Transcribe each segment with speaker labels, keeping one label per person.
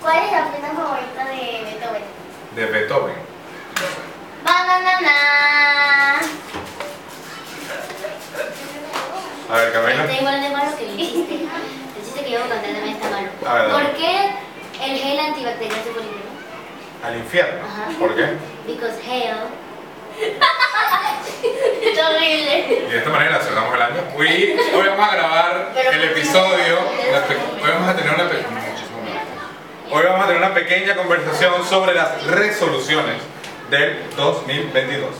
Speaker 1: ¿Cuál es la pieza favorita de Beethoven?
Speaker 2: de Beethoven.
Speaker 1: ¡Banana!
Speaker 2: A ver, Camila.
Speaker 3: Está igual de malo que el chiste. El chiste que yo voy a contar también está malo.
Speaker 2: A ver, dale.
Speaker 3: ¿Por qué el gel antibacterial se pone negro?
Speaker 2: Al infierno.
Speaker 3: Ajá.
Speaker 2: ¿Por qué?
Speaker 3: Because hell.
Speaker 1: ¡Es horrible!
Speaker 2: Y de esta manera cerramos el año. Hoy, hoy vamos a grabar
Speaker 3: Pero-
Speaker 2: el episodio. la pe- Hoy vamos a tener una pe- muchísimo menos. Hoy vamos a tener una pequeña conversación sobre las resoluciones del 2022.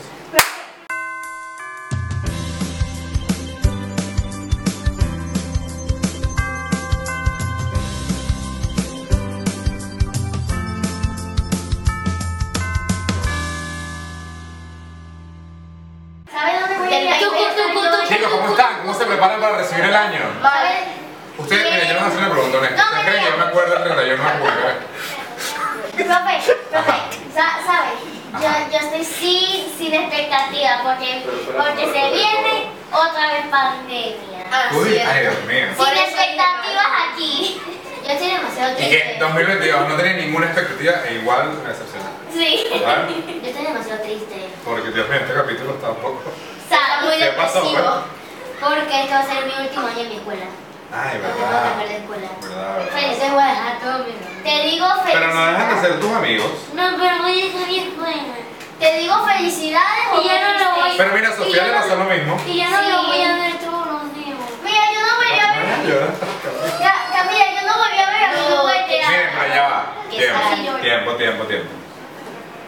Speaker 1: ¿Sabes dónde voy a ir?
Speaker 3: Tú, tú, tú, tú,
Speaker 2: Chicos, ¿cómo están? ¿Cómo se preparan para recibir el año?
Speaker 1: ¿Sabes?
Speaker 2: Ustedes, miren, yo les voy a hacer una pregunta honesta.
Speaker 1: No,
Speaker 2: ¿Ustedes creen que yo me acuerdo el 31 de julio? eh?
Speaker 1: Profe, profe, sa- ¿sabes? Yo, yo estoy sin, sin expectativa porque, porque se viene otra vez
Speaker 3: Ah,
Speaker 1: pandemia.
Speaker 2: Uy, ay, Dios mío.
Speaker 1: Sin expectativas aquí.
Speaker 3: Yo estoy demasiado
Speaker 2: Y que
Speaker 3: triste.
Speaker 2: 2022 no tenía ninguna expectativa e igual me decepcionaste.
Speaker 1: Sí.
Speaker 2: ¿Verdad?
Speaker 3: Yo estoy demasiado triste.
Speaker 2: Porque Dios mío, este capítulo está un poco.
Speaker 3: Está muy
Speaker 2: ¿Qué pasó,
Speaker 3: depresivo.
Speaker 2: pues?
Speaker 3: Porque este va a ser mi último año en mi escuela.
Speaker 2: Ay,
Speaker 3: Porque tengo que dejar
Speaker 2: verdad.
Speaker 3: de escuela.
Speaker 2: Verdad, verdad.
Speaker 3: Felices voy a dejar todo mi
Speaker 1: Te digo
Speaker 2: Pero no dejan de
Speaker 1: felicidades.
Speaker 2: ser tus amigos.
Speaker 3: No, pero voy a dejar mi escuela.
Speaker 1: Te digo felicidades o
Speaker 3: Y ya no lo voy-
Speaker 2: Pero mira, a Sofía
Speaker 3: Y
Speaker 2: le
Speaker 3: yo no-
Speaker 2: pasó lo mismo.
Speaker 3: Y ya no
Speaker 1: Sí.
Speaker 3: lo voy a ver todos los días.
Speaker 1: Mira, yo no volví a ver.
Speaker 2: Ay, llora.
Speaker 1: Ca- Camila, yo no volví a ver a mi
Speaker 3: No.
Speaker 1: juguete.
Speaker 2: Miren, pero ya va.
Speaker 3: Que
Speaker 1: así
Speaker 2: Tiempo,
Speaker 1: llora.
Speaker 2: tiempo, tiempo, tiempo.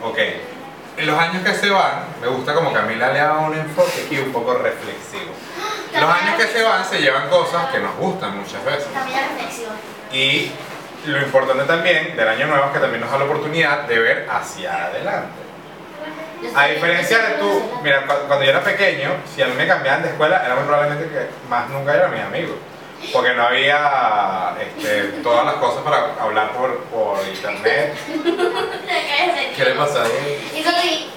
Speaker 2: Ok. En los años que se van, me gusta como Camila le da un enfoque y un poco reflexivo. Los años que se van se llevan cosas que nos gustan muchas veces.
Speaker 1: Camila reflexión.
Speaker 2: Y lo importante también del año nuevo es que también nos da la oportunidad de ver hacia adelante.
Speaker 3: Yo
Speaker 2: A
Speaker 3: soy-
Speaker 2: diferencia
Speaker 3: yo soy
Speaker 2: de tú,
Speaker 3: venezolana.
Speaker 2: mira, cu- cuando yo era pequeño, si a mí me cambiaban de escuela, era muy probablemente que más nunca eran mis amigos. Porque no había este, todas las cosas para hablar por, por internet. ¿Qué le pasa a Diego?
Speaker 3: Eso sí.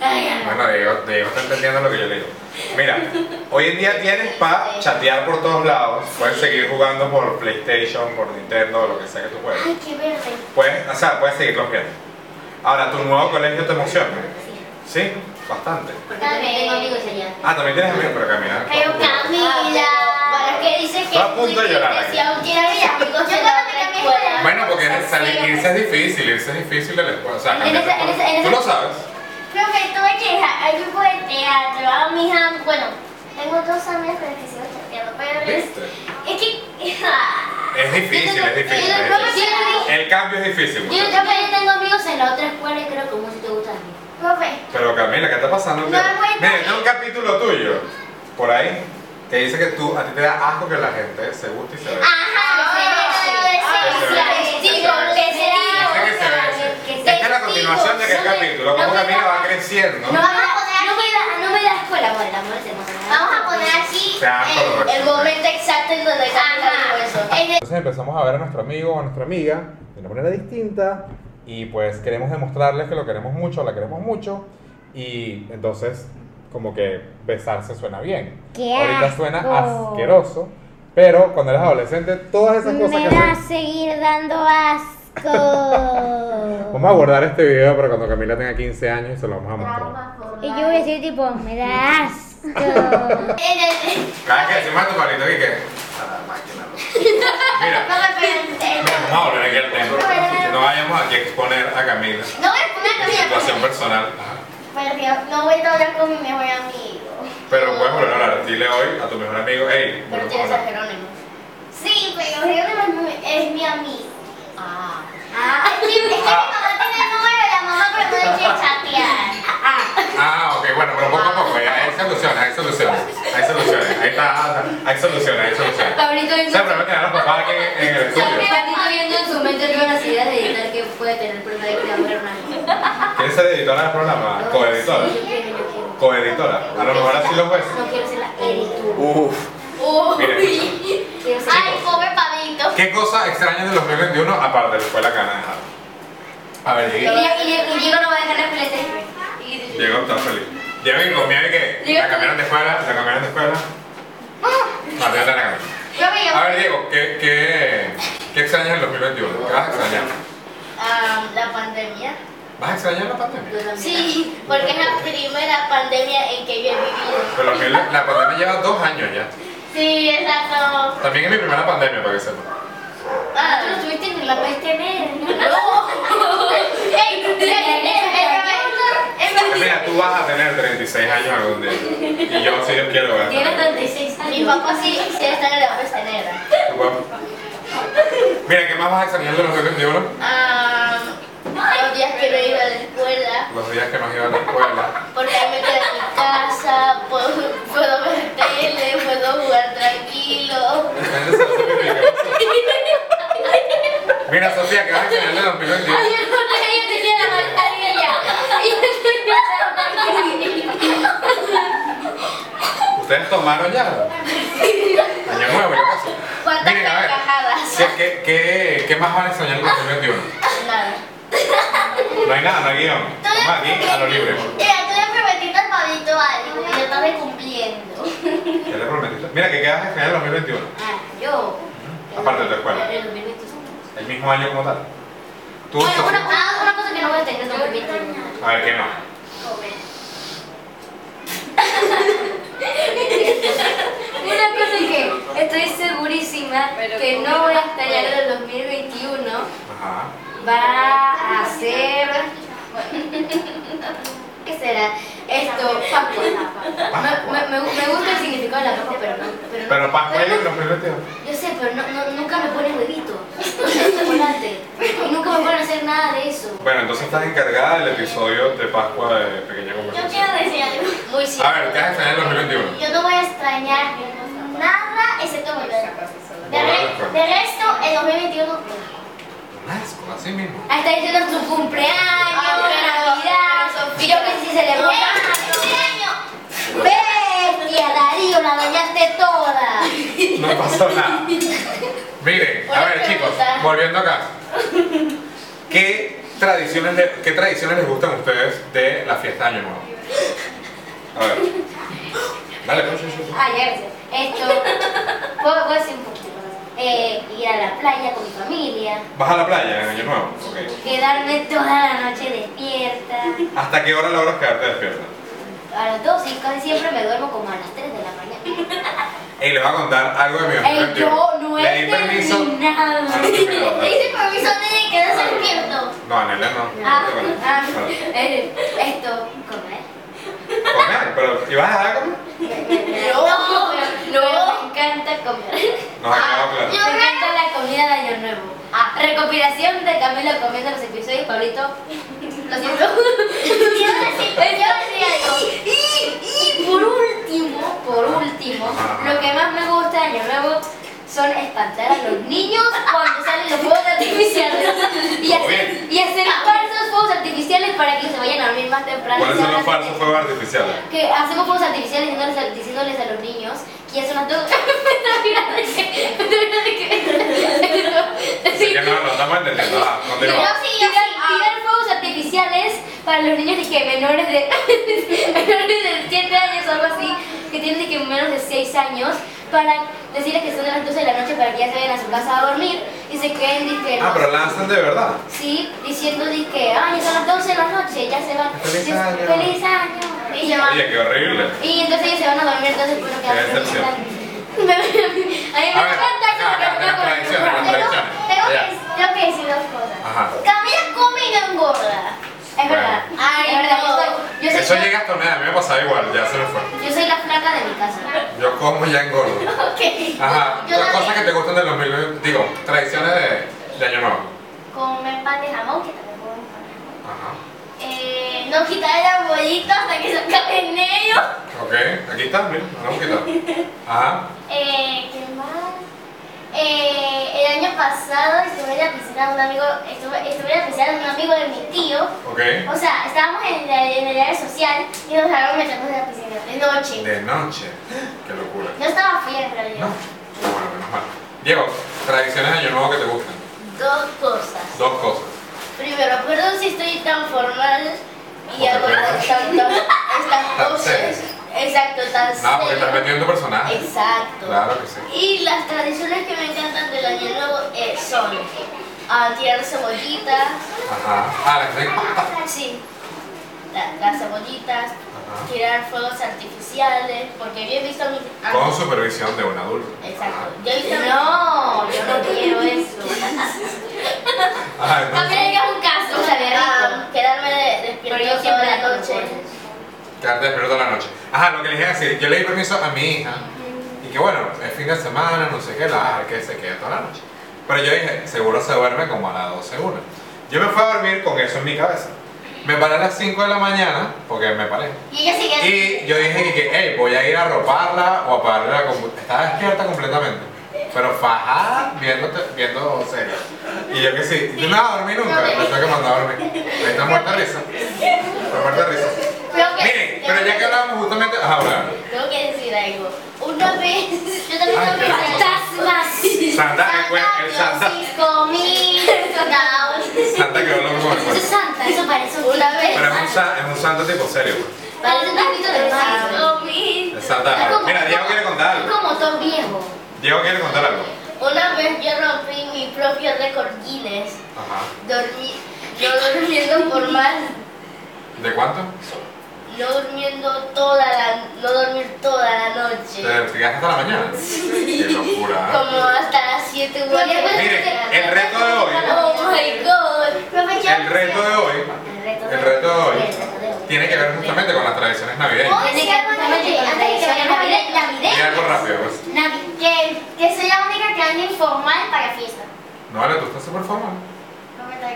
Speaker 3: Ay, ay.
Speaker 2: Bueno, Diego, Diego está entendiendo lo que yo le digo. Mira, hoy en día tienes para chatear por todos lados. Puedes seguir jugando por PlayStation, por Nintendo, lo que sea que tú juegues.
Speaker 1: Ay, qué verde.
Speaker 2: Puedes, o sea, puedes seguirlos viendo. Ahora, tu nuevo colegio te emociona. Sí, bastante.
Speaker 3: Porque también tengo amigos allá.
Speaker 2: Ah, también tienes amigos, pero caminar.
Speaker 1: Pero Camila, ¿para qué dices que
Speaker 2: Está a punto de llorar aquí.
Speaker 1: Si aún tiene amigos
Speaker 3: Yo
Speaker 1: en
Speaker 3: cuando
Speaker 1: la otra
Speaker 3: me cambié
Speaker 1: escuela.
Speaker 3: de la-
Speaker 2: Bueno, porque salir, irse es difícil, irse es difícil de la escuela. O sea,
Speaker 3: En
Speaker 2: cambiar de
Speaker 3: ese- en
Speaker 2: escuela.
Speaker 3: ese- en
Speaker 2: Tú
Speaker 3: ese-
Speaker 2: lo sabes.
Speaker 1: Profe, tuve que dejar al grupo de teatro, a mis amigos. Bueno, tengo dos amigas con las que sigo chateando, pero es,
Speaker 2: ¿Viste?
Speaker 1: es que. ah,
Speaker 2: Es difícil, es difícil.
Speaker 1: Yo
Speaker 2: es
Speaker 1: creo que
Speaker 2: difícil.
Speaker 1: sí.
Speaker 2: El cambio es difícil,
Speaker 3: Yo
Speaker 2: muchachos.
Speaker 3: también tengo amigos en la otra escuela y creo que como si te gusta a mí.
Speaker 1: Profe,
Speaker 2: Pero Camila, ¿qué está pasando?
Speaker 1: No
Speaker 2: tío?
Speaker 1: es bueno.
Speaker 2: Mira, tengo un capítulo tuyo por ahí que dice que tú, a ti te da asco que la gente se guste y se
Speaker 3: Ah,
Speaker 2: vea.
Speaker 1: ajá,
Speaker 2: Que se
Speaker 1: de
Speaker 2: ve,
Speaker 1: adolescencia,
Speaker 2: que se
Speaker 1: digo, que
Speaker 2: ve.
Speaker 1: se digo,
Speaker 2: Dice que se ve.
Speaker 1: que
Speaker 2: Esta
Speaker 1: se
Speaker 2: es la continuación de aquel
Speaker 3: no me-
Speaker 2: capítulo,
Speaker 3: no
Speaker 2: cómo
Speaker 3: me
Speaker 2: Camila
Speaker 3: da-
Speaker 2: va creciendo.
Speaker 3: No,
Speaker 1: Vamos
Speaker 3: me
Speaker 1: a
Speaker 3: da-
Speaker 1: poner-
Speaker 3: no me da, no me da escuela, bueno, el amor es hermoso.
Speaker 1: Vamos a poner aquí
Speaker 2: Te dan
Speaker 1: el-
Speaker 2: color.
Speaker 1: el momento exacto en donde Camila dijo eso. En el-
Speaker 2: Entonces empezamos a ver a nuestro amigo o a nuestra amiga de una manera distinta y pues queremos demostrarles que lo queremos mucho, la queremos mucho y entonces como que besarse suena bien. Ahorita suena asqueroso, pero cuando eres adolescente todas esas cosas que hacen-
Speaker 4: seguir dando asco.
Speaker 2: Vamos a guardar este video para cuando Camila tenga 15 años y se lo vamos a mostrar.
Speaker 4: y yo voy a decir tipo, me da asco.
Speaker 1: En el.
Speaker 2: Cada que decimos a tu palito que A la máquina. Mira,
Speaker 1: Profe, pero en el-
Speaker 2: vamos a volver aquí al tema. No vayamos aquí a exponer a Camila
Speaker 1: No voy a poner
Speaker 2: en su
Speaker 1: Camila,
Speaker 2: situación personal.
Speaker 1: Pero no voy a hablar con mi mejor amigo.
Speaker 2: Pero puedes volver a hablar. Dile hoy a tu mejor amigo, hey,
Speaker 3: Pero
Speaker 2: volvemos a
Speaker 3: tienes a
Speaker 2: hablar.
Speaker 3: Jerónimo.
Speaker 1: Sí, pero Jerónimo es mi- es mi amigo.
Speaker 3: Ah.
Speaker 1: Ah, es que mi mamá tiene el número de la mamá, pero no le quiere chatear.
Speaker 2: Ah, ok, bueno, pero poco a poco, ya, hay soluciones, hay soluciones, hay soluciones, ahí está, hay soluciones, hay soluciones.
Speaker 3: Pablito
Speaker 2: O
Speaker 3: viendo,
Speaker 2: sea, pero me quedan los papás aquí en, en el estudio.
Speaker 3: Pablito viendo en su mente todas las ideas de editar que puede tener el problema de creador Hernando.
Speaker 2: ¿Quieres ser editora del programa? Coeditora.
Speaker 3: Sí, yo quiero, yo quiero.
Speaker 2: Coeditora. A lo mejor así lo ves.
Speaker 3: No quiero ser la editora.
Speaker 2: Uf. Mira,
Speaker 3: Quiero ser
Speaker 1: Ay, pobre Pablito.
Speaker 2: ¿Qué cosa extraña de los 2021 aparte de la escuela que van a dejar? A ver,
Speaker 3: Y,
Speaker 2: llegué.
Speaker 3: y, y Diego no va a dejar la pelea.
Speaker 2: Llegó tan feliz. Llegó y comía y que la cambiaron de escuela, la cambiaron de escuela. Mateo de la cambiaron.
Speaker 1: Yo me
Speaker 2: A ver, Diego, ¿qué, qué, qué extrañas en 2021? ¿Qué vas a extrañar?
Speaker 1: ah,
Speaker 3: pandemia.
Speaker 2: ¿Vas a extrañar la
Speaker 3: Yo
Speaker 2: pandemia?
Speaker 3: también.
Speaker 1: Sí, porque es la primera pandemia en que yo he vivido.
Speaker 2: Pero que Pues la, la pandemia lleva dos años ya.
Speaker 1: Sí, exacto.
Speaker 2: También es mi primera pandemia, para que sepa.
Speaker 3: Ah, tú no
Speaker 1: Ah,
Speaker 3: estuviste en la peste negra.
Speaker 1: no. Ey, ey, ey, ey, ey, ey, ey.
Speaker 2: Mira, tú vas a tener 36 años algún día. Y yo, si Dios quiere, voy a
Speaker 3: Tienes
Speaker 2: tener.
Speaker 3: 36 años.
Speaker 1: Mi papá sí, sí está en la peste negra.
Speaker 2: Tu papá. Mira, ¿qué más vas a extrañar de los juegos de oro?
Speaker 1: Ah, los días que no iba a la escuela,
Speaker 2: Los días que nos iba a la escuela.
Speaker 1: porque ahí me quedé en mi casa, puedo, puedo ver tele, puedo jugar tranquilo.
Speaker 2: Mira, Sofía, ¿qué vas a extrañar de 2021? ¿Ustedes tomaron ya? Año nuevo, yo casi.
Speaker 1: ¿Cuántas
Speaker 2: Miren, a ver,
Speaker 1: carcajadas?
Speaker 2: ¿qué, qué, qué, qué más van a extrañar del 2021?
Speaker 1: Nada.
Speaker 2: No hay nada, no hay guión. Vamos aquí a lo libre.
Speaker 1: Mira, tú le prometiste al Pablito algo y lo estás cumpliendo.
Speaker 2: ¿Qué le prometiste? Mira, ¿qué vas a extrañar del 2021?
Speaker 3: Ah, yo.
Speaker 2: Aparte de tu escuela.
Speaker 3: En el 2021.
Speaker 2: El mismo año como tal. Tú,
Speaker 3: Bueno, una,
Speaker 2: Sofía.
Speaker 3: ah, una cosa que no voy a tener en 2021.
Speaker 2: A ver, ¿qué no?
Speaker 3: Una cosa que estoy segurísima que no voy a estallar en el 2021
Speaker 2: Ajá.
Speaker 3: va a ser. ¿Qué será? Esto, Pascua. Me, me- me- me gusta el significado de la Pascua, pero no. Pero, no-
Speaker 2: Pero Pascua y
Speaker 3: pero
Speaker 2: el 2022.
Speaker 3: no- Yo sé, pero no, no- nunca me ponen huevito. chocolate. Y nunca me ponen a hacer nada de eso.
Speaker 2: Bueno, entonces estás encargada del episodio de Pascua de Pequeña
Speaker 1: Yo
Speaker 2: Conversación.
Speaker 1: quiero decir algo.
Speaker 3: Muy
Speaker 2: A
Speaker 3: cierto.
Speaker 2: ver, ¿qué vas a extrañar del 2021?
Speaker 1: Yo no voy a extrañar nada excepto mi bebé. De, re- de resto, el 2021 no.
Speaker 2: Un asco, así mismo.
Speaker 3: Ah, Está diciendo su cumpleaños,
Speaker 1: Ah,
Speaker 3: Navidad. Y yo que si se le va.
Speaker 4: Bestia, Darío, la dañaste toda.
Speaker 2: No pasó nada. Miren, a
Speaker 1: Una
Speaker 2: ver chicos,
Speaker 1: pregunta.
Speaker 2: volviendo acá. ¿Qué tradiciones, le- ¿Qué tradiciones les gustan a ustedes de la fiesta de Año Nuevo? A ver. Dale, pues, sí, sí, sí.
Speaker 3: Ah, ya gracias. Esto, voy, voy a decir un poquito. Eh, ir a la playa con mi familia,
Speaker 2: ¿Vas a la playa en Año Nuevo? Ok.
Speaker 3: quedarme toda la noche despierta.
Speaker 2: ¿Hasta qué hora logras quedarte despierta?
Speaker 3: A las 2 y casi siempre me duermo como a las 3 de la mañana.
Speaker 2: Y les voy a contar algo de mi
Speaker 3: Ey, yo no
Speaker 2: Le di
Speaker 3: he
Speaker 2: permiso.
Speaker 3: terminado.
Speaker 2: Ah, no te preocupes.
Speaker 1: Le hice permiso de quedarse despierto.
Speaker 2: No, Anela no.
Speaker 3: Ah,
Speaker 2: Bueno,
Speaker 3: ah,
Speaker 2: bueno.
Speaker 3: eh, esto, comer.
Speaker 2: Comer, pero ¿y vas a dejar de comer?
Speaker 1: No,
Speaker 3: no,
Speaker 1: no.
Speaker 3: me encanta comer.
Speaker 2: Nos ha quedado
Speaker 1: Ah,
Speaker 2: claro.
Speaker 1: yo-
Speaker 3: Me encanta la comida de Año Nuevo. Ah, recopilación de Camilo comiendo los episodios, Pablito. Lo siento.
Speaker 1: Quiero decir, quiero decir algo.
Speaker 3: Y, y por último, por último, lo que más me gusta de Año Nuevo son espantar a los niños cuando salen los fuegos artificiales y
Speaker 2: Muy
Speaker 3: hacer,
Speaker 2: bien.
Speaker 3: y hacer falsos fuegos artificiales para que se vayan a dormir más temprano.
Speaker 2: ¿Cuáles son los
Speaker 3: Ahora
Speaker 2: falsos fuegos artificiales?
Speaker 3: Que hacemos fuegos artificiales diciéndoles a, diciéndoles a los niños que ya son las dos. Mira, de que- de que-
Speaker 2: Es que no, no estamos entendiendo. Ah,
Speaker 3: Tirar,
Speaker 2: continúa.
Speaker 3: tirar fuegos artificiales para los niños dije, menores de menores de 7 años o algo así, que tienen dije, menos de 6 años, para decirles que son de las 12 de la noche para que ya se vayan a su casa a dormir y se queden dije,
Speaker 2: Ah, pero lanzan de verdad.
Speaker 3: sí, diciendo dije, ay, son las 12 de la noche, ya se van.
Speaker 2: Feliz
Speaker 3: Dios,
Speaker 2: año.
Speaker 3: feliz año. Y se van.
Speaker 2: Oye, qué horrible.
Speaker 3: Y entonces ellos se van a dormir, entonces bueno,
Speaker 2: Qué
Speaker 3: que
Speaker 2: decepción.
Speaker 3: A mí me
Speaker 2: A ver, ah,
Speaker 3: encanta eso
Speaker 2: acá, acá,
Speaker 3: porque no
Speaker 2: las tradiciones, las
Speaker 1: Tengo,
Speaker 2: tradiciones.
Speaker 1: tengo
Speaker 2: Ya.
Speaker 1: que, tengo que decir dos cosas.
Speaker 2: Ajá.
Speaker 1: Camila come y no engorda.
Speaker 3: Es verdad.
Speaker 1: Ay,
Speaker 3: es verdad, yo soy- yo soy
Speaker 2: Eso
Speaker 3: la-
Speaker 2: llega hasta una edad, a mí me pasaba igual, ya se me fue.
Speaker 3: Yo soy la flaca de mi casa.
Speaker 2: Yo como y ya engordo.
Speaker 1: Ok.
Speaker 2: Ajá,
Speaker 1: Yo
Speaker 2: las
Speaker 1: también.
Speaker 2: cosas que te gustan de los mil, digo, tradiciones de, de año nuevo.
Speaker 1: Comer pan de jamón, que también como pan de jamón.
Speaker 2: Ajá.
Speaker 1: Eh, no quitar el arbolito hasta que se acabe en ello.
Speaker 2: Ok, aquí está, mira, nos lo hemos quitado. Ajá.
Speaker 1: Eh, ¿qué más? Eh, el año pasado estuve en la piscina de un amigo, estuve, estuve en la piscina de un amigo de mi tío.
Speaker 2: Ok.
Speaker 1: O sea, estábamos en, la- en el área social y nos dejaron meternos en la piscina de noche.
Speaker 2: De noche. Qué locura.
Speaker 1: No estaba fría en realidad.
Speaker 2: No. Bueno, menos mal. Diego, tradiciones de año nuevo que te gustan.
Speaker 1: Dos cosas.
Speaker 2: Dos cosas.
Speaker 1: Primero, perdón si estoy tan formal y
Speaker 2: Porque
Speaker 1: hago
Speaker 2: perdón.
Speaker 1: tantas estas
Speaker 2: Tan
Speaker 1: cosas.
Speaker 2: serio.
Speaker 1: Exacto, tan
Speaker 2: Nada, Ah, porque estás
Speaker 1: serio.
Speaker 2: metiendo personajes.
Speaker 1: Exacto.
Speaker 2: Claro que sí.
Speaker 1: Y las tradiciones que me encantan del año nuevo eh, son ah, tirar cebollitas,
Speaker 2: Ajá. Ah, la que se-
Speaker 3: Sí. La- las cebollitas,
Speaker 2: Ajá.
Speaker 3: tirar fuegos artificiales, porque yo he visto a mi... a mi-
Speaker 2: Con supervisión de un adulto.
Speaker 3: Exacto. Yo he visto No, yo no quiero eso.
Speaker 2: Ajá,
Speaker 3: A mí
Speaker 2: entonces,
Speaker 3: me llega un caso, o sea, de rico.
Speaker 1: Ah, quedarme de-
Speaker 3: Pero
Speaker 1: despierto
Speaker 3: yo
Speaker 1: toda
Speaker 3: siempre
Speaker 1: la
Speaker 3: hago
Speaker 1: noche.
Speaker 3: cosas.
Speaker 2: quedarte despierto toda la noche. Ajá, lo que les iba a decir, yo le di permiso a mi hija. Y que bueno, es fin de semana, no sé qué, la dejar que se quede toda la noche. Pero yo dije, seguro se duerme como a las 12, 1. Yo me fui a dormir con eso en mi cabeza. Me paré a las 5 de la mañana, porque me paré.
Speaker 1: Y ella sigue.
Speaker 2: Y yo dije que, hey, voy a ir a roparla o a apagarle la computadora. Estaba despierta completamente. Pero fajada viendo, viendo series. Y yo que sí, yo no la dormí nunca, me tengo que mandar a dormir. Ahí está muerta de risa. Está muerta de risa.
Speaker 1: Creo que-
Speaker 2: Miren, pero ya que hablábamos justamente. Ajá, ahora.
Speaker 1: Tengo que decir algo. Una vez. Yo también
Speaker 2: Ay,
Speaker 1: tengo que
Speaker 2: qué
Speaker 1: decir algo.
Speaker 3: Fantasmas.
Speaker 2: Santa, Ah, pues, el
Speaker 1: Santa
Speaker 2: Santa.
Speaker 1: Francisco, mil soldados.
Speaker 2: Santa quedó loco con el
Speaker 3: Eso es
Speaker 2: cuerpo.
Speaker 3: santa, eso parece un
Speaker 1: Una vez.
Speaker 2: Pero es un, sa- es un santo tipo serio. pues.
Speaker 3: Parece un poquito de santa.
Speaker 1: Francisco, mil.
Speaker 2: El santo de Harold. Ah, Mira, Diego quiere contar
Speaker 3: Es
Speaker 2: algo.
Speaker 3: como todo viejo.
Speaker 2: Diego quiere contar algo.
Speaker 1: Una vez yo rompí mi propio récord Guinness.
Speaker 2: Ajá.
Speaker 1: Dormí, no durmiendo por más,
Speaker 2: ¿De cuánto?
Speaker 1: no durmiendo toda la, no dormir toda la noche.
Speaker 2: ¿Te quedaste hasta la mañana? Qué locura. ¿eh?
Speaker 1: Como hasta las 7 u 8.
Speaker 2: Miren, el reto de hoy.
Speaker 1: Oh my god. Profe, ya-
Speaker 2: El reto de hoy. El reto de hoy tiene que ver justamente con las tradiciones navideñas.
Speaker 1: Tiene que ver justamente con la tradición navideña.
Speaker 2: Y algo rápido, pues.
Speaker 1: Navi- Que, que soy la única que anda informal para fiesta.
Speaker 2: No, vale, tú estás súper formal.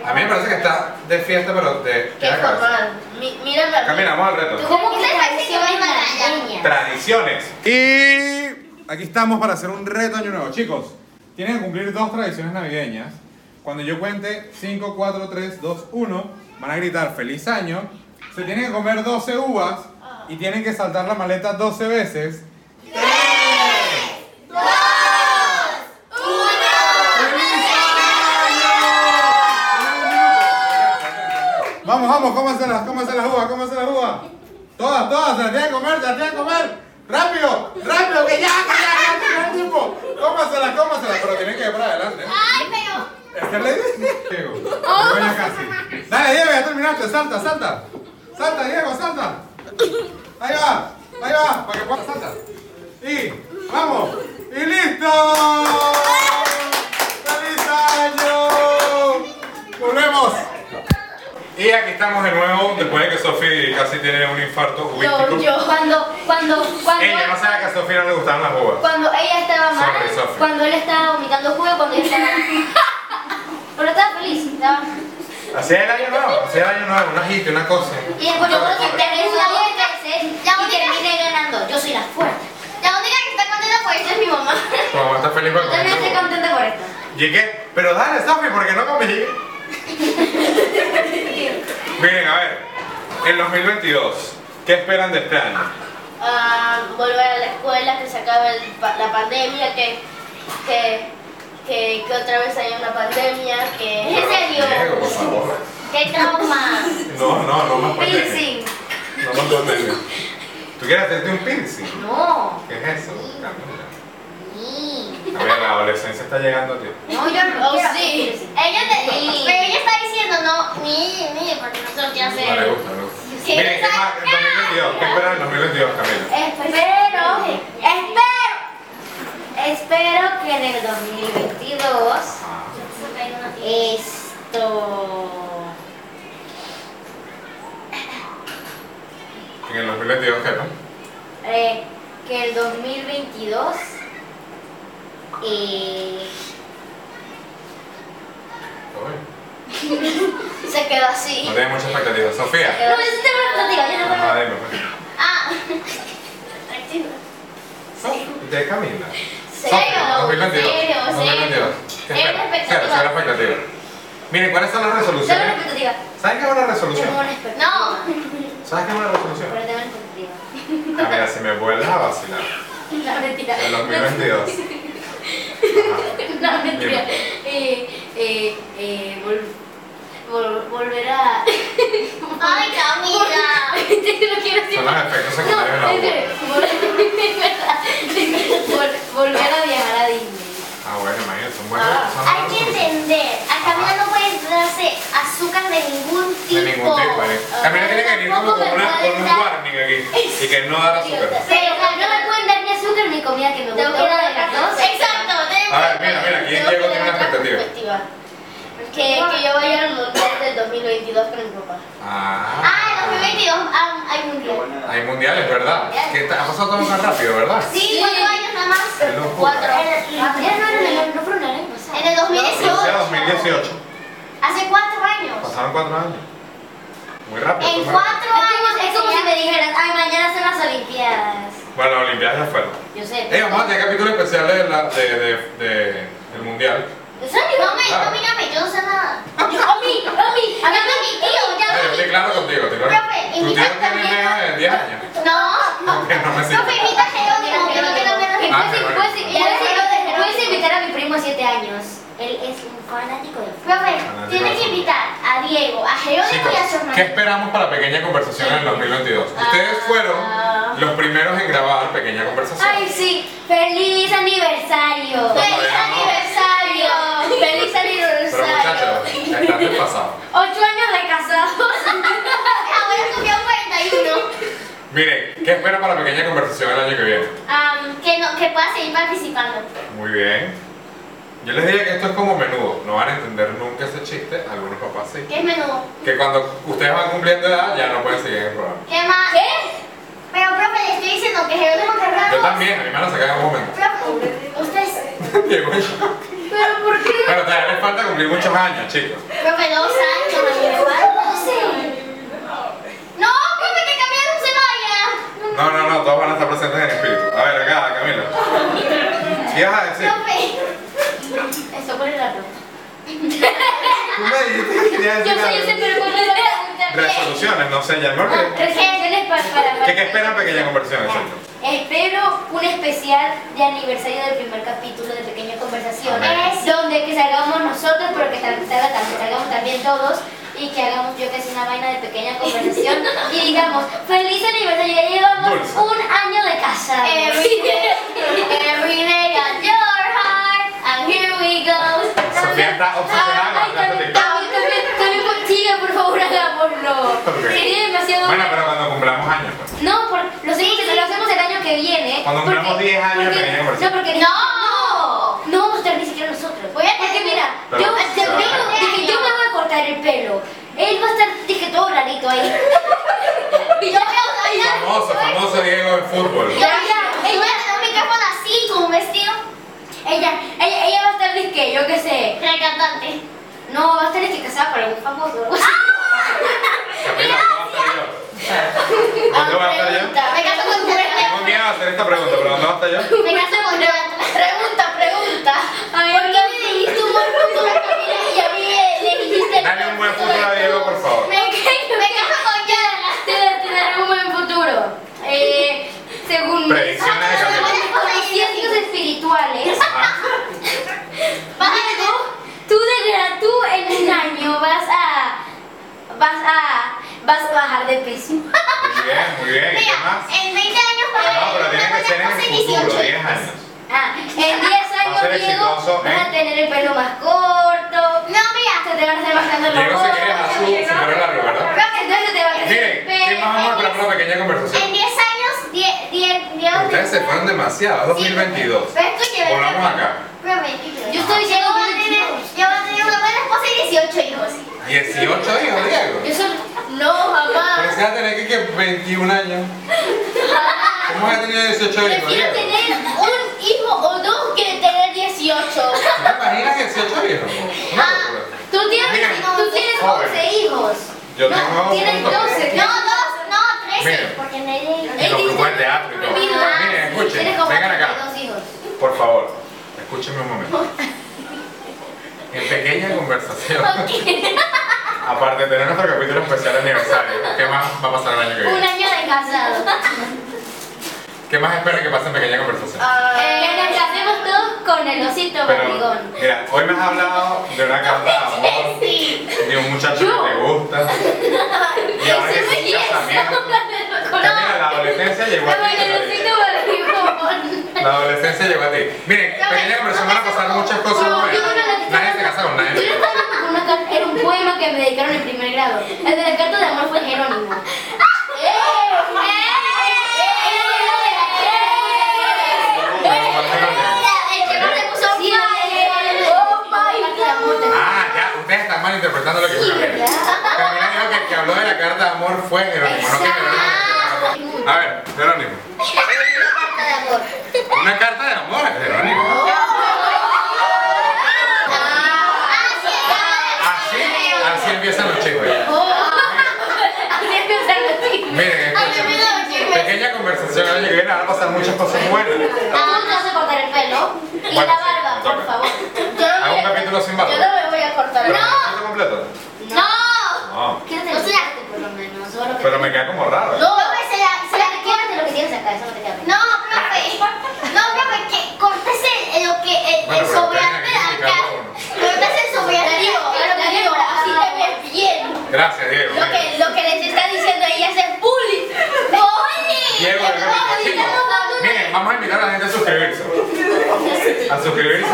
Speaker 2: A mí me parece que estás de fiesta, pero de, de
Speaker 1: Qué
Speaker 2: la cabeza.
Speaker 1: formal. Mi- Mírame a mí.
Speaker 2: Caminamos al reto.
Speaker 3: ¿Cómo que
Speaker 1: Ustedes
Speaker 3: la
Speaker 1: parecen que
Speaker 3: tradición es
Speaker 1: van a la
Speaker 3: navideña?
Speaker 2: Tradiciones. Y aquí estamos para hacer un reto año nuevo. Chicos, tienen que cumplir dos tradiciones navideñas. Cuando yo cuente 5, 4, 3, 2, 1, van a gritar feliz año. Se tienen que comer 12 uvas y tienen que saltar la maleta 12 veces. Vamos, vamos, cómanselas, cómanse las uvas, cómanse las uvas. Todas, todas, se las tienen que comer, se las tienen que comer. Rápido, rápido, que ya, que ya, que ya, no hay tiempo. Cómanselas, cómanselas, pero tienen que ir para adelante.
Speaker 1: Ay, pero.
Speaker 2: Este Es que le Diego, voy ya
Speaker 3: Oh,
Speaker 2: casi. Dale, Diego, ya terminaste, salta, salta. Salta, Diego, salta. Ahí va, ahí va, para que pueda, salta. Y, vamos, y listo. ¡Feliz año! ¡Volvemos! Y aquí estamos de nuevo, después de que Sofi casi tiene un infarto
Speaker 3: Yo, yo, cuando, cuando, cuando.
Speaker 2: sabe que a Sofi no le gustaban las uvas.
Speaker 3: Cuando ella estaba mal,
Speaker 2: Sorry, Sophie.
Speaker 3: cuando él estaba vomitando jugo, cuando ella estaba. Pero estaba feliz, estaba.
Speaker 2: Hacía el año nuevo, hacía el año nuevo, una hit, una cosa.
Speaker 3: Y después yo creo que terminó dos veces
Speaker 1: La
Speaker 3: y
Speaker 1: única-
Speaker 3: terminé ganando. Yo soy la fuerte.
Speaker 1: La única que está contenta por eso es mi mamá.
Speaker 2: Tu mamá está feliz por
Speaker 3: Yo también estoy contenta por esto.
Speaker 2: Llegué, pero dale, Sofi, porque no comí. Miren, a ver, el 2022, ¿qué esperan de este año?
Speaker 1: Ah, volver a la escuela, que se acabe el pa- la pandemia, que, que, que, que otra vez haya una pandemia, que... ¿En
Speaker 2: Diego, por
Speaker 1: serio?
Speaker 2: favor.
Speaker 1: ¡Qué trauma!
Speaker 2: No, no, no más pandemia.
Speaker 3: Piercing.
Speaker 2: No más pandemia. ¿Tú quieres hacerte un piercing?
Speaker 3: No.
Speaker 2: ¿Qué es eso? Camila? A ver, la adolescencia está llegando a ti.
Speaker 3: No, yo no
Speaker 1: Oh,
Speaker 3: quiero.
Speaker 1: sí. Ella te,
Speaker 3: Sí.
Speaker 1: Pero ella está diciendo, no, mi, mi, porque nosotros ya
Speaker 2: No le
Speaker 1: sé.
Speaker 2: gusta, no le gusta.
Speaker 1: Sí,
Speaker 2: Miren, ¿qué más? El 2022, ¿qué esperan del 2022, Camila?
Speaker 3: Espero, espero, espero que en el 2022
Speaker 2: Ah,
Speaker 3: esto.
Speaker 2: En el 2022, ¿qué no?
Speaker 3: eh, que el 2022 eh,
Speaker 2: Todo bien.
Speaker 1: Se quedó así.
Speaker 2: No tiene mucha expectativa. Sofía.
Speaker 3: No, yo sí tengo una expectativa, yo no tengo-
Speaker 2: Ajá, dime. pues.
Speaker 1: Ah.
Speaker 2: Sofi, De Camila.
Speaker 1: Serio,
Speaker 2: Sofi, 2022.
Speaker 1: serio,
Speaker 2: 2022. ¿Qué
Speaker 1: Serio,
Speaker 2: esperas? Cero,
Speaker 1: expectativa.
Speaker 2: cero expectativa. Miren, ¿cuáles son las
Speaker 3: tengo una
Speaker 2: resoluciones?
Speaker 3: expectativa.
Speaker 2: ¿Saben qué es una resolución?
Speaker 3: Tengo una expectativa.
Speaker 1: No.
Speaker 2: ¿Sabes qué es una resolución?
Speaker 3: Pero tengo una expectativa.
Speaker 2: Ah, mira, si me vuelves a vacilar.
Speaker 3: No, mentira.
Speaker 2: En 2022. Ajá.
Speaker 3: No, mentira. Eh, eh, eh, vol- vol- volver a.
Speaker 1: Ay, Camila.
Speaker 3: no quiero decir.
Speaker 2: Son los efectos
Speaker 3: No,
Speaker 2: secundarios de la
Speaker 3: en
Speaker 2: uva.
Speaker 3: serio, vol- vol- Volver a viajar a Disney.
Speaker 2: Ah, bueno, imagínate, son buenas.
Speaker 3: Ah,
Speaker 2: son buenas
Speaker 1: Hay que
Speaker 2: resoluciones.
Speaker 1: entender, a Camila no puede darse azúcar de de ningún tipo.
Speaker 2: De ningún tipo. ¿eh? También
Speaker 1: Ah,
Speaker 2: tiene que venir como
Speaker 1: tampoco
Speaker 2: con,
Speaker 1: me
Speaker 2: una, con
Speaker 1: pueden
Speaker 2: un
Speaker 1: dar-
Speaker 2: warning aquí. Y que no dar azúcar.
Speaker 3: Pero no me pueden dar ni azúcar ni comida que me gusta.
Speaker 1: Tengo que
Speaker 3: Una de
Speaker 1: dar
Speaker 3: las dos.
Speaker 1: Exacto, tengo
Speaker 2: A
Speaker 1: que
Speaker 2: ver, mira, mira, aquí
Speaker 1: tengo
Speaker 2: Diego
Speaker 1: que
Speaker 2: tiene
Speaker 1: dar
Speaker 2: una
Speaker 1: otra
Speaker 2: expectativa.
Speaker 1: perspectiva. Que, que yo vaya al mundial del 2022 con mi papá. Ah, el
Speaker 2: Ah,
Speaker 1: 2022 ah, hay mundial.
Speaker 2: hay mundiales, ¿verdad? Que ta- ha pasado todo tan rápido, ¿verdad?
Speaker 1: Sí, cuatro años nada más.
Speaker 2: Qué locura.
Speaker 1: Cuatro.
Speaker 3: Ah, Ya no era el- no fueron el año pasado.
Speaker 1: En el 2018.
Speaker 2: 2012 a 2018.
Speaker 1: Hace cuatro años.
Speaker 2: Pasaron cuatro años. Muy rápido.
Speaker 1: En
Speaker 2: muy
Speaker 1: cuatro años
Speaker 3: Es como si me dijeras, ay, mañana son las Olimpiadas.
Speaker 2: rápido. Bueno, las Olimpiadas ya fueron.
Speaker 3: Yo sé.
Speaker 2: Eh, vamos a tener capítulo especial de la- de- de- de- del mundial.
Speaker 1: Pues No me,
Speaker 2: Ah.
Speaker 1: no mírame, yo no sé nada.
Speaker 3: Omi, Omi,
Speaker 1: Llama a mi tío,
Speaker 2: Ah,
Speaker 1: llama
Speaker 2: yo
Speaker 1: a mi
Speaker 2: estoy claro contigo, estoy claro.
Speaker 1: Profe,
Speaker 2: Tu tío
Speaker 1: invita
Speaker 2: tiene
Speaker 1: también
Speaker 2: menos
Speaker 1: a-
Speaker 2: de 10 años.
Speaker 1: No,
Speaker 2: Que no me
Speaker 1: no me
Speaker 2: sirve.
Speaker 1: invita a Geo, que no, que no, que no, que no.
Speaker 2: Ah,
Speaker 3: Puedes,
Speaker 2: bueno.
Speaker 3: puedes-
Speaker 1: Ya
Speaker 3: puedes-
Speaker 1: lo dejaron.
Speaker 3: puedes invitar a mi primo a 7 años. Él es un fanático de
Speaker 2: Ah,
Speaker 1: Profe, tienes que invitar a Diego, a Jerónimo
Speaker 2: Chicos,
Speaker 1: y a su
Speaker 2: ¿qué
Speaker 1: hermano.
Speaker 2: esperamos para Pequeña Conversación en el 2022?
Speaker 1: Ah.
Speaker 2: Ustedes fueron los primeros en grabar Pequeña Conversación.
Speaker 3: Ay, sí. ¡Feliz aniversario!
Speaker 2: Bueno,
Speaker 1: ¡Feliz
Speaker 2: ya no.
Speaker 1: aniversario!
Speaker 3: ¡Feliz
Speaker 2: Pero
Speaker 3: aniversario!
Speaker 2: muchachos, están despasados.
Speaker 3: 8 años de casados.
Speaker 1: Ahora subió a 41.
Speaker 2: Miren, ¿qué esperan para Pequeña Conversación el año que viene?
Speaker 1: Am, que, no, que pueda seguir participando.
Speaker 2: Muy bien. Yo les diría que esto es como menudo. No van a entender nunca ese chiste, algunos papás sí.
Speaker 1: ¿Qué es menudo?
Speaker 2: Que cuando ustedes van cumpliendo edad ya no pueden seguir en el programa.
Speaker 1: ¿Qué más?
Speaker 3: ¿Qué?
Speaker 1: Pero, profe, le estoy diciendo que Jerónimo Carrasco.
Speaker 2: Yo también, a mí me van a sacar en un momento.
Speaker 1: Profe, ustedes.
Speaker 2: Diego, yo-
Speaker 3: ¿Pero por qué?
Speaker 2: Pero todavía les falta cumplir muchos años, chicos.
Speaker 1: Profe, dos años, amigo. No, profe, que cambiaron se vaya.
Speaker 2: No, no, no, todos van a estar presentes en espíritu. A ver, acá, Camila. ¿Qué vas a decir?
Speaker 1: Profe.
Speaker 3: Eso, ¿cuál era la pregunta?
Speaker 2: Tú me dijiste que querías
Speaker 3: Yo
Speaker 2: decir
Speaker 3: sé, yo sé,
Speaker 2: algo.
Speaker 3: pero ¿cuál era la pregunta? Ah,
Speaker 2: Resoluciones, no sé, ya me olvidé.
Speaker 3: Resoluciones para...
Speaker 1: Ah.
Speaker 3: para, para-
Speaker 2: ¿Qué, qué esperan pequeña conversión, exacto?
Speaker 3: Espero un especial de aniversario del primer capítulo de Pequeña Conversación,
Speaker 2: Amén.
Speaker 3: donde que salgamos nosotros, pero que tal- salga tam- salgamos también todos y que hagamos yo que sé una vaina de Pequeña Conversación y digamos feliz aniversario, ya llevamos
Speaker 2: Dulce.
Speaker 3: un año de casa.
Speaker 1: Every day, every day on your heart, and here we go.
Speaker 2: Sofía está obsesionada con la
Speaker 3: también,
Speaker 2: plata.
Speaker 3: también, también, también por Chile, por favor, hagámoslo.
Speaker 2: Ok.
Speaker 3: Sería demasiado.
Speaker 2: Bueno, pero cuando cumplamos años, pues.
Speaker 3: No, por, lo, hacemos, lo hacemos el año que viene.
Speaker 2: Cuando
Speaker 3: porque-
Speaker 2: cumplamos 10 años de
Speaker 3: porque-
Speaker 2: Pequeña Conversión.
Speaker 3: No, porque
Speaker 1: No.
Speaker 3: No vamos a estar ni siquiera nosotros.
Speaker 1: Voy a tener-
Speaker 3: Porque mira,
Speaker 2: Pero-
Speaker 3: yo, yo, yo- dije, yo me voy a cortar el pelo. Él va a estar, dije, todo rarito ahí.
Speaker 1: Y yo voy a bailar.
Speaker 2: Famoso, famoso Diego en fútbol.
Speaker 1: Yo voy a tener un micrófono así, con un vestido
Speaker 3: Ella, ella, ella va a estar, dije, yo qué sé.
Speaker 1: recantante.
Speaker 3: No, va a estar, dije, casada con algún famoso. o algo así.
Speaker 2: Camila, ¿dónde voy a estar yo? ¿Dónde voy a estar yo?
Speaker 1: Me caso con
Speaker 2: Tengo miedo a hacer esta pregunta, pero ¿dónde voy a estar yo?
Speaker 1: Me caso con Pregunta, pregunta.
Speaker 3: A ver,
Speaker 1: ¿Por qué le dijiste un buen futuro a Camila y a mí le- le dijiste
Speaker 2: Dale un buen futuro a Diego, por favor.
Speaker 1: Me, me caso con Yara.
Speaker 3: Te, te dará un buen futuro. Eh, según
Speaker 2: Predicciones de Camila.
Speaker 3: conocimientos espirituales.
Speaker 2: Ajá.
Speaker 1: Vas a tener
Speaker 3: Tú, de, gra- tú en un año vas a, vas a, vas a bajar de peso.
Speaker 2: Muy bien, muy bien. ¿Y qué
Speaker 1: Mira,
Speaker 2: más?
Speaker 1: en 20 años para
Speaker 2: No, pero tiene que ser en el futuro, 10 años.
Speaker 3: Ah, en 10
Speaker 2: Va a ser
Speaker 3: años, Diego,
Speaker 2: exitoso, ¿eh?
Speaker 3: vas a tener el pelo más corto.
Speaker 1: No, mira.
Speaker 3: Se te van a hacer más grandes los
Speaker 2: Diego se quiere dejar su, su
Speaker 3: ojos.
Speaker 2: pelo largo, ¿verdad?
Speaker 3: Entonces te va a crecer el
Speaker 2: Miren, ¿qué más vamos a esperar
Speaker 3: pelo.
Speaker 2: para una pequeña
Speaker 1: En
Speaker 2: conversación?
Speaker 1: 10 años, 10, 10, 10
Speaker 2: Ustedes se fueron demasiado, es 2022.
Speaker 1: Pero escúcheme,
Speaker 2: Volvamos
Speaker 1: profe.
Speaker 2: acá.
Speaker 1: Profe,
Speaker 3: Yo estoy diciendo
Speaker 1: yo voy a
Speaker 3: que
Speaker 1: tener, yo voy a tener una buena esposa y 18 hijos.
Speaker 2: 18 hijos, Diego.
Speaker 3: Yo solo, no,
Speaker 2: Pero
Speaker 3: mamá.
Speaker 2: si vas a tener que, que 21 años. ¿Cómo vas a tener 18 hijos,
Speaker 1: Prefiero
Speaker 2: Diego?
Speaker 1: tener un hijo o dos que tener 18.
Speaker 2: ¿No te imaginas 18 hijos? No, locura.
Speaker 3: Tú tienes,
Speaker 2: Miren,
Speaker 3: tú tienes
Speaker 2: jóvenes.
Speaker 3: 11 hijos.
Speaker 2: Yo
Speaker 3: no,
Speaker 2: tengo un
Speaker 3: tienes
Speaker 2: punto.
Speaker 3: 12.
Speaker 1: No, dos, no, 13.
Speaker 2: Mira.
Speaker 1: Porque no hay
Speaker 2: Y los grupos de teatro y todo. ah, Miren, escuchen,
Speaker 3: Tienes como
Speaker 2: vengan acá.
Speaker 3: 32 hijos.
Speaker 2: Por favor, escúchenme un momento. En pequeña conversación. Aparte de tener nuestro capítulo especial de aniversario, ¿qué más va a pasar el año que
Speaker 3: Un
Speaker 2: viene?
Speaker 3: año de casado.
Speaker 2: ¿Qué más esperan que pase en pequeña conversación?
Speaker 1: Ah, Eh,
Speaker 3: Que Eh, nos casemos todos con el osito barrigón.
Speaker 2: mira, hoy me has hablado de una carta de amor,
Speaker 1: Sí.
Speaker 2: de un muchacho
Speaker 3: Yo.
Speaker 2: que te gusta, y ahora que es un casamiento. Camila, la adolescencia llegó a ti.
Speaker 3: Con el
Speaker 2: Gabriel.
Speaker 3: osito barrigón.
Speaker 2: La adolescencia llegó a ti. Miren,
Speaker 1: No,
Speaker 2: pequeña
Speaker 1: no,
Speaker 2: conversación
Speaker 1: no,
Speaker 2: van a pasar
Speaker 1: no,
Speaker 2: muchas cosas
Speaker 3: No,
Speaker 2: buenas.
Speaker 3: yo creo que la que
Speaker 2: Nadie
Speaker 3: está
Speaker 2: se casa con
Speaker 3: Yo
Speaker 2: nadie.
Speaker 3: no estaba con una carta, era un un poema que me dedicaron en primer grado. El de la carta de amor fue Jerónimo.
Speaker 1: El que no le puso
Speaker 3: Sí,
Speaker 1: fly.
Speaker 3: oh my God.
Speaker 2: Ah, ya, ustedes están malinterpretando lo que dijo Gabriela. Gabriela dijo que el que habló de la carta de amor fue Jerónimo, no que Jerónimo. A ver, Jerónimo.
Speaker 1: Carta de amor.
Speaker 2: Una carta de amor es Jerónimo.
Speaker 1: Ah, sí,
Speaker 2: Así, así empiezan los chicos.
Speaker 3: Así es pensar los chicos.
Speaker 2: Miren,
Speaker 1: acaba de amor. Ay, me
Speaker 2: escuchen.
Speaker 1: olvidó, chicos.
Speaker 2: Pequeña conversación el año que viene, van a pasar muchas cosas buenas.
Speaker 3: Tú te vas a cortar el pelo y
Speaker 2: Ah. Bueno, sí,
Speaker 3: la barba, por
Speaker 2: toca.
Speaker 3: favor.
Speaker 2: Hago un capítulo sin barba.
Speaker 3: Yo no me voy a cortar.
Speaker 2: ¿Pero me queda completo?
Speaker 1: No.
Speaker 2: No.
Speaker 3: Quédate
Speaker 1: O
Speaker 3: los
Speaker 1: sea,
Speaker 3: chicos, por lo menos. o lo que-
Speaker 2: Pero me queda como raro.
Speaker 1: No, profe, se la, se la
Speaker 3: Quédate lo que tienes acá, eso no te queda bien.
Speaker 1: No, profe. No, profe, que cortese el, lo que, el,
Speaker 2: Bueno,
Speaker 1: el
Speaker 2: pero
Speaker 1: sobrante de
Speaker 2: tenga que
Speaker 1: acá. Cortese el sobrante.
Speaker 3: Te digo, así te ves bien.
Speaker 2: Gracias, Diego.
Speaker 3: Lo que, lo que les está diciendo ella es el bullying.
Speaker 1: ¡Oye!
Speaker 2: Diego, de verdad, chicos, miren, vamos a invitar a la gente a suscribirse. A suscribirse.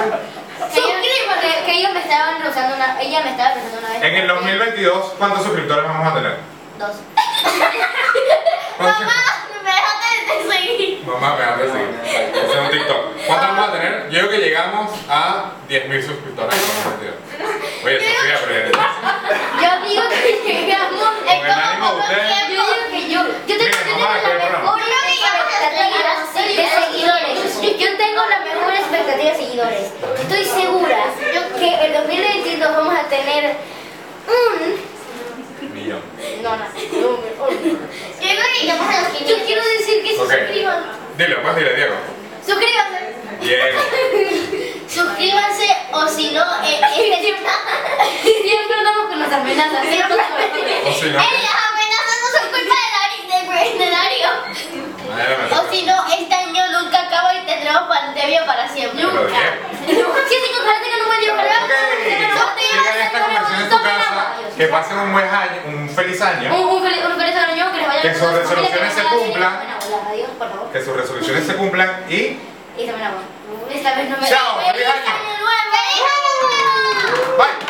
Speaker 3: Suscríbete. Que ellos me estaban rozando una. Ella me estaba rozando una vez.
Speaker 2: En el 2022, ¿cuántos suscriptores vamos a tener?
Speaker 3: Dos.
Speaker 2: ¿Cuántos-
Speaker 1: Me dejaste de seguir.
Speaker 2: Mamá, me antes de hacer un TikTok. ¿Cuántos vamos a tener? Yo creo que llegamos a 10.000 suscriptores. en el 2022. Oye, Sofía, pero...
Speaker 3: Yo digo que llegamos.
Speaker 2: Con el ánimo de ustedes.
Speaker 3: Yo digo que yo. Yo
Speaker 2: Mira,
Speaker 3: tengo, yo tengo
Speaker 2: mamá,
Speaker 3: la
Speaker 2: ¿qué
Speaker 3: mejor
Speaker 2: programa?
Speaker 3: expectativa de seguidores. Yo tengo la mejor expectativa de seguidores. Estoy segura yo que en 2022 vamos a tener un.
Speaker 2: Millón.
Speaker 3: No, no, un.
Speaker 1: Yo creo que llegamos a los
Speaker 3: Yo
Speaker 1: 500.
Speaker 3: quiero decir que se
Speaker 2: Ok.
Speaker 3: suscriban.
Speaker 2: Dile, pues dile, Diego.
Speaker 3: Suscríbanse.
Speaker 2: Diego.
Speaker 1: Suscríbanse o si no, eh, este...
Speaker 3: Siempre andamos con las amenazas. ¿sí?
Speaker 2: O si no...
Speaker 1: ¡Ey, las amenazas no son culpa de Darío! De, de Darío.
Speaker 2: Nadie me
Speaker 1: O si no, este año nunca acaba y tendremos pandemia para siempre.
Speaker 2: Pero
Speaker 1: Nunca.
Speaker 2: Diego.
Speaker 3: Sí, sí, con karate que no me dio, ¿verdad?
Speaker 2: Ok, Sigan esta conversación en tu casa. Que pasen un buen año, un feliz año.
Speaker 3: Un, un feliz, un feliz año nuevo, que les vaya
Speaker 2: Que
Speaker 3: bien
Speaker 2: sus
Speaker 3: con todas sus
Speaker 2: resoluciones
Speaker 3: familias, que les
Speaker 2: se
Speaker 3: vaya bien.
Speaker 2: cumplan.
Speaker 3: Buena bola, adiós, por favor.
Speaker 2: Que sus resoluciones se cumplan y.
Speaker 3: Y también la voz. Esta vez no me
Speaker 2: ¡Chao! ¡Feliz
Speaker 1: ¡Feliz
Speaker 2: año!
Speaker 1: año nuevo! ¡Feliz año nuevo!
Speaker 2: ¡Bye!